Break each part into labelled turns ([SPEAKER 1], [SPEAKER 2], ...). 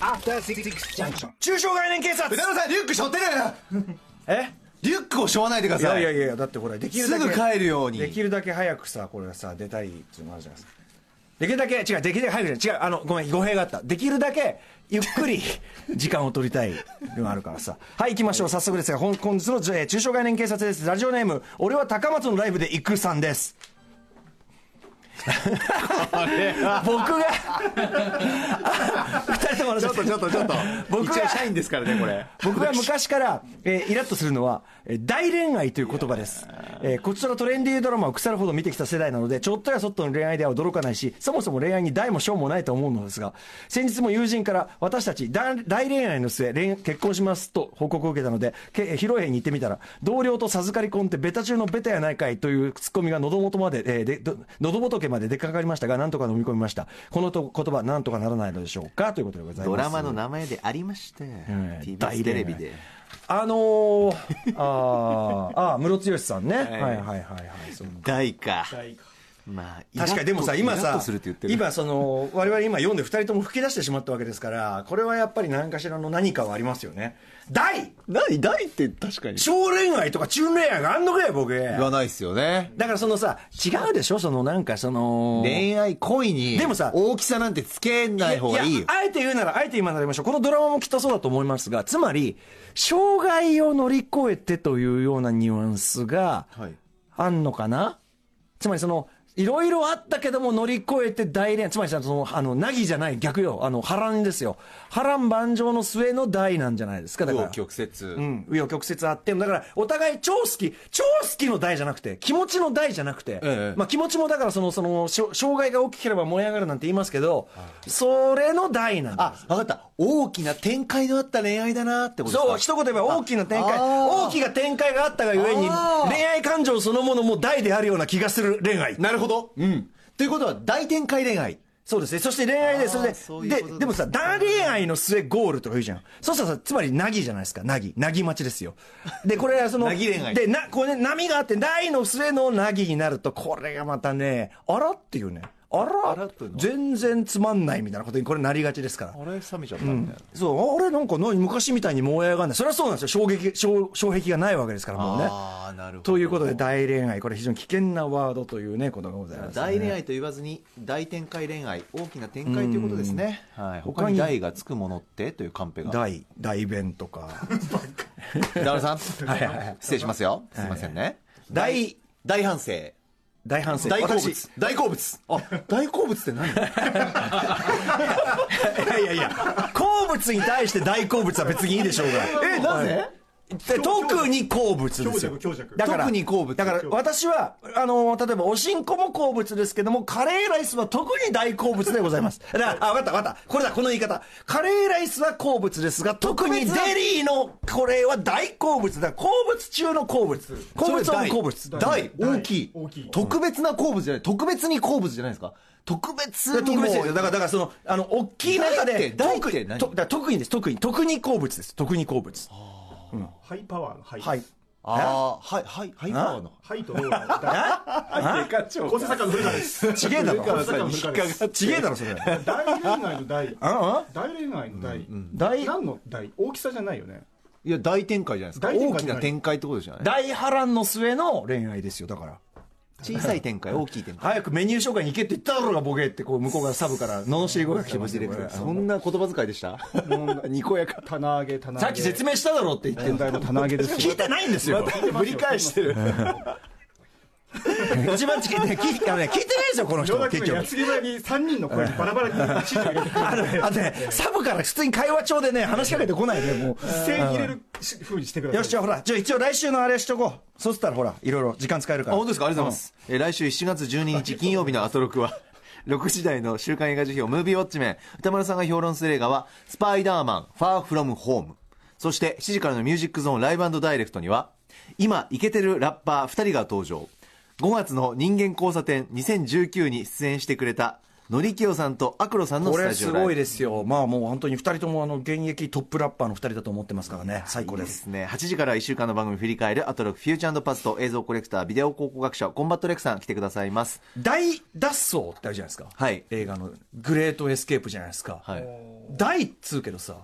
[SPEAKER 1] アフターシックスジャンクション
[SPEAKER 2] 中小概念警察
[SPEAKER 3] 宇多野さんリュック背負ってる
[SPEAKER 2] え
[SPEAKER 3] リュックを背負わないでくだ
[SPEAKER 2] いや
[SPEAKER 3] さい
[SPEAKER 2] いやいやだってほらできるだけ
[SPEAKER 3] すぐ帰るように
[SPEAKER 2] できるだけ早くさこれさ出たいっていうのもあるじゃないですかできるだけ違うできるだけ早くじゃない違うあのごめん語弊があったできるだけゆっくり時間を取りたいのがあるからさ はい行きましょう早速ですが本本日の、えー中小概念警察ですラジオネーム俺は高松のライブで行くさんです 僕が二人ともち
[SPEAKER 3] ちょっとちょっとちょっと
[SPEAKER 2] 僕
[SPEAKER 3] 一応
[SPEAKER 2] は
[SPEAKER 3] 社員ですからねこれ
[SPEAKER 2] 僕が昔から、えーイラッとするのは、えー大恋愛という言葉です、えーこちらのトレンディードラマを腐るほど見てきた世代なのでちょっとやそっとの恋愛では驚かないしそもそも恋愛に大も小もないと思うのですが先日も友人から私たち大大恋愛の末恋結婚しますと報告を受けたのでけ披露宴に行ってみたら同僚と授かり婚ってベタ中のベタやないかいというツッコミが喉元まで、えーでど喉仏まで出かかりましたがなんとか飲み込みましたこのと言葉なんとかならないのでしょうかということでございま す
[SPEAKER 3] ドラマの名前でありまして
[SPEAKER 2] えー
[SPEAKER 3] TBS テレビで。
[SPEAKER 2] あのー、あーあー、ムロツヨシさんね。はい
[SPEAKER 3] い
[SPEAKER 2] はいはいはい。そう
[SPEAKER 3] 大かまあイラッと
[SPEAKER 2] 確かにでもさ、今
[SPEAKER 3] イラッ
[SPEAKER 2] さ
[SPEAKER 3] とするって言っ、てる
[SPEAKER 2] 今その、我々今読んで二人とも吹き出してしまったわけですから、これはやっぱり何かしらの何かはありますよね。大
[SPEAKER 3] 何大って確かに
[SPEAKER 2] 小恋愛とか中恋愛があんのかよ、僕。
[SPEAKER 3] 言わないっすよね
[SPEAKER 2] だからそのさ、違うでしょそのなんかその。
[SPEAKER 3] 恋愛恋に
[SPEAKER 2] でもさ
[SPEAKER 3] 大きさなんてつけない方がいいよ
[SPEAKER 2] やあえて言うなら、あえて今なりましょう。このドラマもきっとそうだと思いますが、つまり、障害を乗り越えてというようなニュアンスが、
[SPEAKER 3] はい
[SPEAKER 2] あんのかなつまりその、いろいろあったけども乗り越えて大連、つまりさその、あの、なぎじゃない、逆よ、あの、波乱ですよ。波乱万丈の末の大なんじゃないですか、だから。
[SPEAKER 3] 曲
[SPEAKER 2] う
[SPEAKER 3] 折
[SPEAKER 2] ん、紆余曲折あってだからお互い超好き超好きの代じゃなくて気持ちの代じゃなくて、
[SPEAKER 3] ええ
[SPEAKER 2] まあ、気持ちもだからそのそのしょ障害が大きければ燃え上がるなんて言いますけど、それの代なんだ
[SPEAKER 3] あ分かった大きな展開のあった恋愛だなってことですか
[SPEAKER 2] そう一言で言えば大きな展開
[SPEAKER 3] あー
[SPEAKER 2] 大きな展開があったがゆえに
[SPEAKER 3] あー
[SPEAKER 2] 恋愛感情そのものも代であるような気がする恋愛
[SPEAKER 3] なるほどうんということは大展開恋愛
[SPEAKER 2] そうですねそして恋愛でそれで
[SPEAKER 3] そういう
[SPEAKER 2] で
[SPEAKER 3] ことです
[SPEAKER 2] でもさ大恋愛の末ゴールとか言うじゃんそうしたらさつまりなぎじゃないですかなぎなぎ待ちですよで これはその
[SPEAKER 3] なぎ恋愛
[SPEAKER 2] でなこれ、ね、波があって大の末のなぎになるとこれがまたねあらっていうねあら
[SPEAKER 3] あらっていうの
[SPEAKER 2] 全然つまんないみたいなことにこれなりがちですから
[SPEAKER 3] あれ冷めちゃったみたいな
[SPEAKER 2] そうあれなんかな昔みたいに燃え上がんないそれはそうなんですよ衝撃障障壁がないわけですからもうね
[SPEAKER 3] ああなるほど
[SPEAKER 2] ということで大恋愛これ非常に危険なワードというねことがございます、ね、
[SPEAKER 3] 大恋愛と言わずに大展開恋愛大きな展開ということですね、はい、
[SPEAKER 2] 他に
[SPEAKER 3] 他に大がつくものってというカンペが
[SPEAKER 2] 大大弁とか
[SPEAKER 3] 宇田原さん、失礼しますよすいませんね、
[SPEAKER 2] 大
[SPEAKER 3] 大反省
[SPEAKER 2] 大反省
[SPEAKER 3] 大好
[SPEAKER 2] 私
[SPEAKER 3] 物大好物あ大好物って何
[SPEAKER 2] いやいやいや好物に対して大好物は別にいいでしょうが
[SPEAKER 3] えなぜ
[SPEAKER 2] で特に好物ですよ
[SPEAKER 1] 強弱強弱
[SPEAKER 2] だから
[SPEAKER 3] 特に好物
[SPEAKER 2] だから私はあの例えばおしんこも好物ですけどもカレーライスは特に大好物でござ いますだからあ分かった分かったこれだこの言い方カレーライスは好物ですが特にデリーのこれは大好物だ好物中の好物好物は好物
[SPEAKER 3] 大大きい
[SPEAKER 1] 大きい
[SPEAKER 3] 特別な好物じゃない特別に好物じゃないですか特別
[SPEAKER 2] で
[SPEAKER 3] に
[SPEAKER 2] 特
[SPEAKER 3] も
[SPEAKER 2] 別ですよだからだからそのあの大きい中で
[SPEAKER 3] 大って大っ
[SPEAKER 2] 特
[SPEAKER 3] て
[SPEAKER 2] に
[SPEAKER 3] 何
[SPEAKER 2] とだから特にです特に特に好物です特に好物
[SPEAKER 1] ハイパワーのハイ
[SPEAKER 2] はい
[SPEAKER 3] ああはいはいはいパワーの
[SPEAKER 1] ハイとローラーだ構成作家の古川です
[SPEAKER 2] ちげえだ ろ
[SPEAKER 1] 構成作家の古川です
[SPEAKER 2] ちげえだろそれ
[SPEAKER 1] 大恋愛の 大
[SPEAKER 2] あ
[SPEAKER 1] 大恋愛の大
[SPEAKER 2] 大
[SPEAKER 1] 何の大大きさじゃないよね
[SPEAKER 3] いや大展開じゃないですか
[SPEAKER 1] 大展
[SPEAKER 3] 大
[SPEAKER 1] 開
[SPEAKER 3] きな展開ってことじゃない
[SPEAKER 2] 大波乱の末の恋愛ですよだから
[SPEAKER 3] 小さい展開大きい展開
[SPEAKER 2] 早くメニュー紹介に行けって言ったろうがボケってこう向こうがサブから罵り声が来てますよこれ
[SPEAKER 3] そんな言葉遣いでしたにこやか
[SPEAKER 1] 棚上げ棚上げ
[SPEAKER 2] さっき説明 しただろうって言って
[SPEAKER 1] 現代の棚上げです
[SPEAKER 2] 聞いてないんですよ
[SPEAKER 3] ぶり返してる
[SPEAKER 2] 一番聞いて聞いてあのね聞いてないですよこの人
[SPEAKER 1] 上田
[SPEAKER 2] 結
[SPEAKER 1] 君
[SPEAKER 2] 局
[SPEAKER 1] やつぎ早に3人の声にバラバラに指示が出てく
[SPEAKER 2] あ
[SPEAKER 1] る
[SPEAKER 2] の ねあとねサブから普通に会話帳でね話しかけてこないねもう
[SPEAKER 1] 一斉に入れるふう にしてください
[SPEAKER 2] よし、じゃあほら、じゃあ一応来週のあれしとこう。そうしたらほら、いろいろ時間使えるか
[SPEAKER 3] あ
[SPEAKER 2] ら。
[SPEAKER 3] 本当ですかありがとうございます、えー来週7月12日金曜日のアトロクは 6時台の週刊映画辞表ムービーウォッチメン歌丸さんが評論する映画は「スパイダーマンファーフロムホームそして7時からのミュージックゾーンライブダイレクトには今イケてるラッパー2人が登場5月の人間交差点2019に出演してくれたのりきよさんとアクロさんの
[SPEAKER 2] こ
[SPEAKER 3] スタ
[SPEAKER 2] れ
[SPEAKER 3] ジ
[SPEAKER 2] す
[SPEAKER 3] オライブ
[SPEAKER 2] ごいですよ、まあもう本当に2人ともあの現役トップラッパーの2人だと思ってますからね、最高で。
[SPEAKER 3] ですすね。8時からは1週間の番組振り返る、アトロクフューチャーパスト、映像コレクター、ビデオ考古学者、コンバットレクさん来てくださいます。
[SPEAKER 2] 大脱走ってあるじゃないですか、
[SPEAKER 3] はい
[SPEAKER 2] 映画のグレートエスケープじゃないですか、
[SPEAKER 3] はい。
[SPEAKER 2] 大っつうけどさ、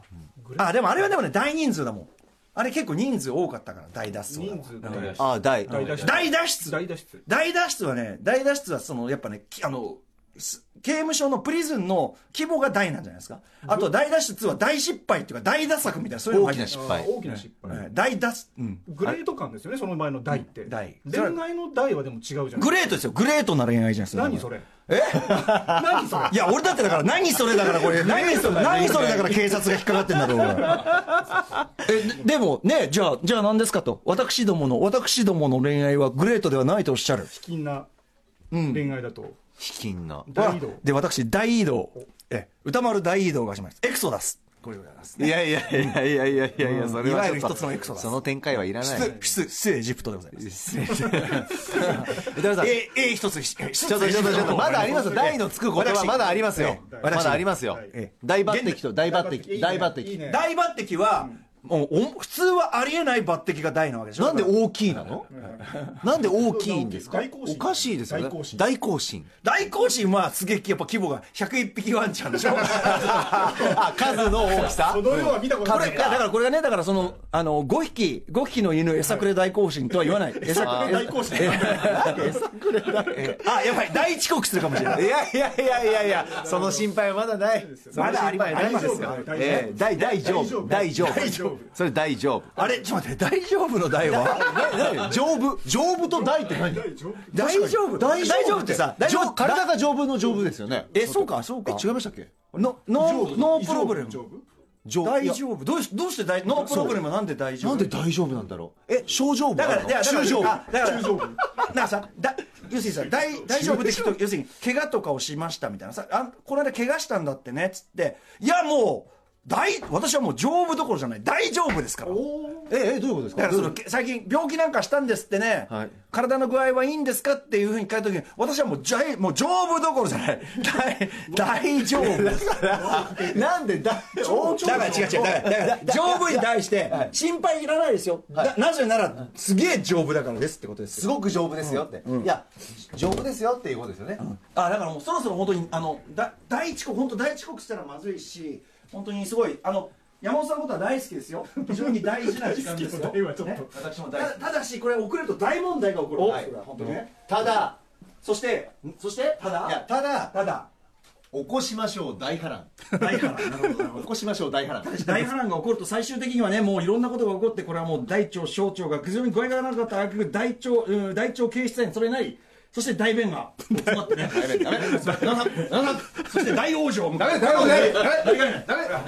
[SPEAKER 2] あでもあれはでもね、大人数だもん、あれ結構人数多かったから、大脱走だ
[SPEAKER 1] 人
[SPEAKER 2] か
[SPEAKER 1] 数
[SPEAKER 2] ら。
[SPEAKER 1] 大脱
[SPEAKER 3] あ、大。
[SPEAKER 1] 大脱出
[SPEAKER 2] 大脱出
[SPEAKER 1] 大脱出
[SPEAKER 2] 大脱出はね、大脱出はその、やっぱね、きあの、す刑務所のプリズンの規模が大なんじゃないですか。あと大脱出は大失敗っていうか大脱作みたいな、そういうのも
[SPEAKER 3] 大
[SPEAKER 2] 入
[SPEAKER 3] き
[SPEAKER 2] って
[SPEAKER 3] な
[SPEAKER 2] る
[SPEAKER 3] 失敗
[SPEAKER 1] あー。大きな失敗、
[SPEAKER 2] はい大脱、うん。
[SPEAKER 1] グレート感ですよねその前の大って、
[SPEAKER 2] うん大
[SPEAKER 1] 恋愛の大はでも違うじゃない
[SPEAKER 2] グレートですよ。グレートな恋愛じゃないですか。
[SPEAKER 1] 何それ
[SPEAKER 2] え
[SPEAKER 1] 何それ
[SPEAKER 2] いや、俺だってだから、何それだから、これ。 何それ、何それだから警察が引っかかってんだろうが え、ででも、ね、じゃあ、じゃあ何ですかと。私どもの、私どもの恋愛はグレートではないとおっしゃる。
[SPEAKER 1] 卑近な恋愛だと、
[SPEAKER 3] 卑近な。
[SPEAKER 1] 大移動
[SPEAKER 2] で、私、大移動。え、歌丸大移動がしました。エクソダス。これでございます。
[SPEAKER 3] いやいやいやいやいやいやいや、それはちょっと
[SPEAKER 2] いわゆる一つのエクソダス
[SPEAKER 3] その展開はいらない。
[SPEAKER 2] 出、出、出エジプトでございます。
[SPEAKER 3] 失礼し ました。歌丸さん、
[SPEAKER 2] え、え、一つ、一つ。
[SPEAKER 3] ちょっとちょっとちょっと、まだありますよ。大のつく言葉、
[SPEAKER 2] 私
[SPEAKER 3] まだありますよ。
[SPEAKER 1] え
[SPEAKER 3] まだありますよ
[SPEAKER 1] はい。
[SPEAKER 2] え
[SPEAKER 3] 大抜擢と大抜
[SPEAKER 1] いい
[SPEAKER 3] 擢、
[SPEAKER 1] ね
[SPEAKER 3] 大抜
[SPEAKER 1] いいね
[SPEAKER 3] 擢。
[SPEAKER 2] 大抜擢は、もうお、普通はありえない抜擢が大なわけでしょ
[SPEAKER 3] なんで大きいなのなんで大きいんですか
[SPEAKER 1] 大行
[SPEAKER 3] お
[SPEAKER 1] 進
[SPEAKER 3] かしいですよ
[SPEAKER 1] 大
[SPEAKER 3] ね
[SPEAKER 1] 行。進
[SPEAKER 3] 大行進。
[SPEAKER 2] 大行進はすげえやっぱ規模が101匹ワンちゃんでしょこ
[SPEAKER 3] あ、数の大きさ
[SPEAKER 1] その量は見たことな
[SPEAKER 2] れ
[SPEAKER 1] い
[SPEAKER 2] いやだからこれがねだからそのあの5匹5匹の犬餌くれ大行進とは言わ ない餌
[SPEAKER 1] これ大行進
[SPEAKER 2] あやばい大遅刻するかもしれない
[SPEAKER 3] いやいやいやいやいや、その心配はまだない。
[SPEAKER 2] まだあります
[SPEAKER 3] その心配
[SPEAKER 2] あります
[SPEAKER 1] よ
[SPEAKER 3] ええ大大丈夫。大
[SPEAKER 1] 大
[SPEAKER 3] 丈
[SPEAKER 1] 丈
[SPEAKER 3] 夫
[SPEAKER 1] 夫。
[SPEAKER 3] それ大丈夫。
[SPEAKER 2] あれちょっと待って大丈夫の大 は
[SPEAKER 3] 何丈夫。丈夫と大って何
[SPEAKER 1] 大丈夫
[SPEAKER 2] 大丈夫大丈夫ってさ大
[SPEAKER 3] 丈
[SPEAKER 2] 丈
[SPEAKER 3] 夫
[SPEAKER 2] 夫
[SPEAKER 3] 体が丈夫の丈夫ですよね。
[SPEAKER 2] えそうかそうか
[SPEAKER 3] 違いましたっけ
[SPEAKER 2] ノノーノープロブレム
[SPEAKER 1] 丈夫
[SPEAKER 3] 丈夫。
[SPEAKER 2] 大丈夫どうしどうして大ノープロブレムはなんで大
[SPEAKER 3] いや
[SPEAKER 2] 丈
[SPEAKER 3] なん
[SPEAKER 2] 夫
[SPEAKER 3] で大丈夫なんだろう。え、小丈夫
[SPEAKER 2] だ
[SPEAKER 3] な
[SPEAKER 2] から
[SPEAKER 3] の
[SPEAKER 2] いやだから
[SPEAKER 3] 中丈夫。
[SPEAKER 2] あだから
[SPEAKER 1] 中丈夫
[SPEAKER 2] なんかさだ要するにさ大大丈夫できっと要するに怪我とかをしましたみたいなさあこの間怪我したんだってねっつっていやもう大私はもう丈夫どころじゃない大丈夫ですからだ
[SPEAKER 3] え、え、どういうことですか
[SPEAKER 2] からその
[SPEAKER 3] どういうこ
[SPEAKER 2] け最近病気なんかしたんですってね、
[SPEAKER 3] はい
[SPEAKER 2] 体の具合はいいんですかっていうふうに書いた時に私はもうじゃいもう丈夫どころじゃない大大丈夫です
[SPEAKER 3] となんで大丈
[SPEAKER 2] だから違う違うだからだから丈夫に対して心配いらないですよ、ななぜならすげえ丈夫だからですってことですよ
[SPEAKER 3] すごく丈夫ですよって。いや、丈夫ですよっていうことですよね。
[SPEAKER 2] あだからもうそろそろ本当にあのだ第一刻本当第一刻したらまずいし本当にすごいあの山本さんのことは大好きですよ非常に 大事な時間ですよ
[SPEAKER 1] 大好きはちょっと
[SPEAKER 2] 私も大好きただただしこれ遅れると大問題が起こるんですよ本当にね
[SPEAKER 3] ただ、
[SPEAKER 2] そしてそしてただ
[SPEAKER 3] いや、ただ、
[SPEAKER 2] ただ
[SPEAKER 3] 起こしましょう大波乱。
[SPEAKER 2] 大波乱なるほどなるほ
[SPEAKER 3] 起
[SPEAKER 2] ど
[SPEAKER 3] こしましょう大波乱。
[SPEAKER 2] 大波乱が起こると最終的にはねもういろんなことが起こってこれはもう大腸小腸が非常に具合が悪かった挙句大腸、うん、大腸憩室炎それなりそして大 便が詰まってね
[SPEAKER 3] ダメ、 ダメ、ダメ、
[SPEAKER 2] そして大往生を迎え
[SPEAKER 3] ダメ、ダメ、ダメ、ダメ、ダメ、ダメ、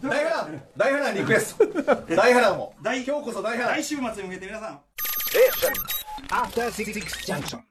[SPEAKER 3] 大波乱、大波乱リクエスト。大波乱も。今日こそ大波乱。
[SPEAKER 2] 来週末に向けて皆さん
[SPEAKER 4] アフターシックスジャンクション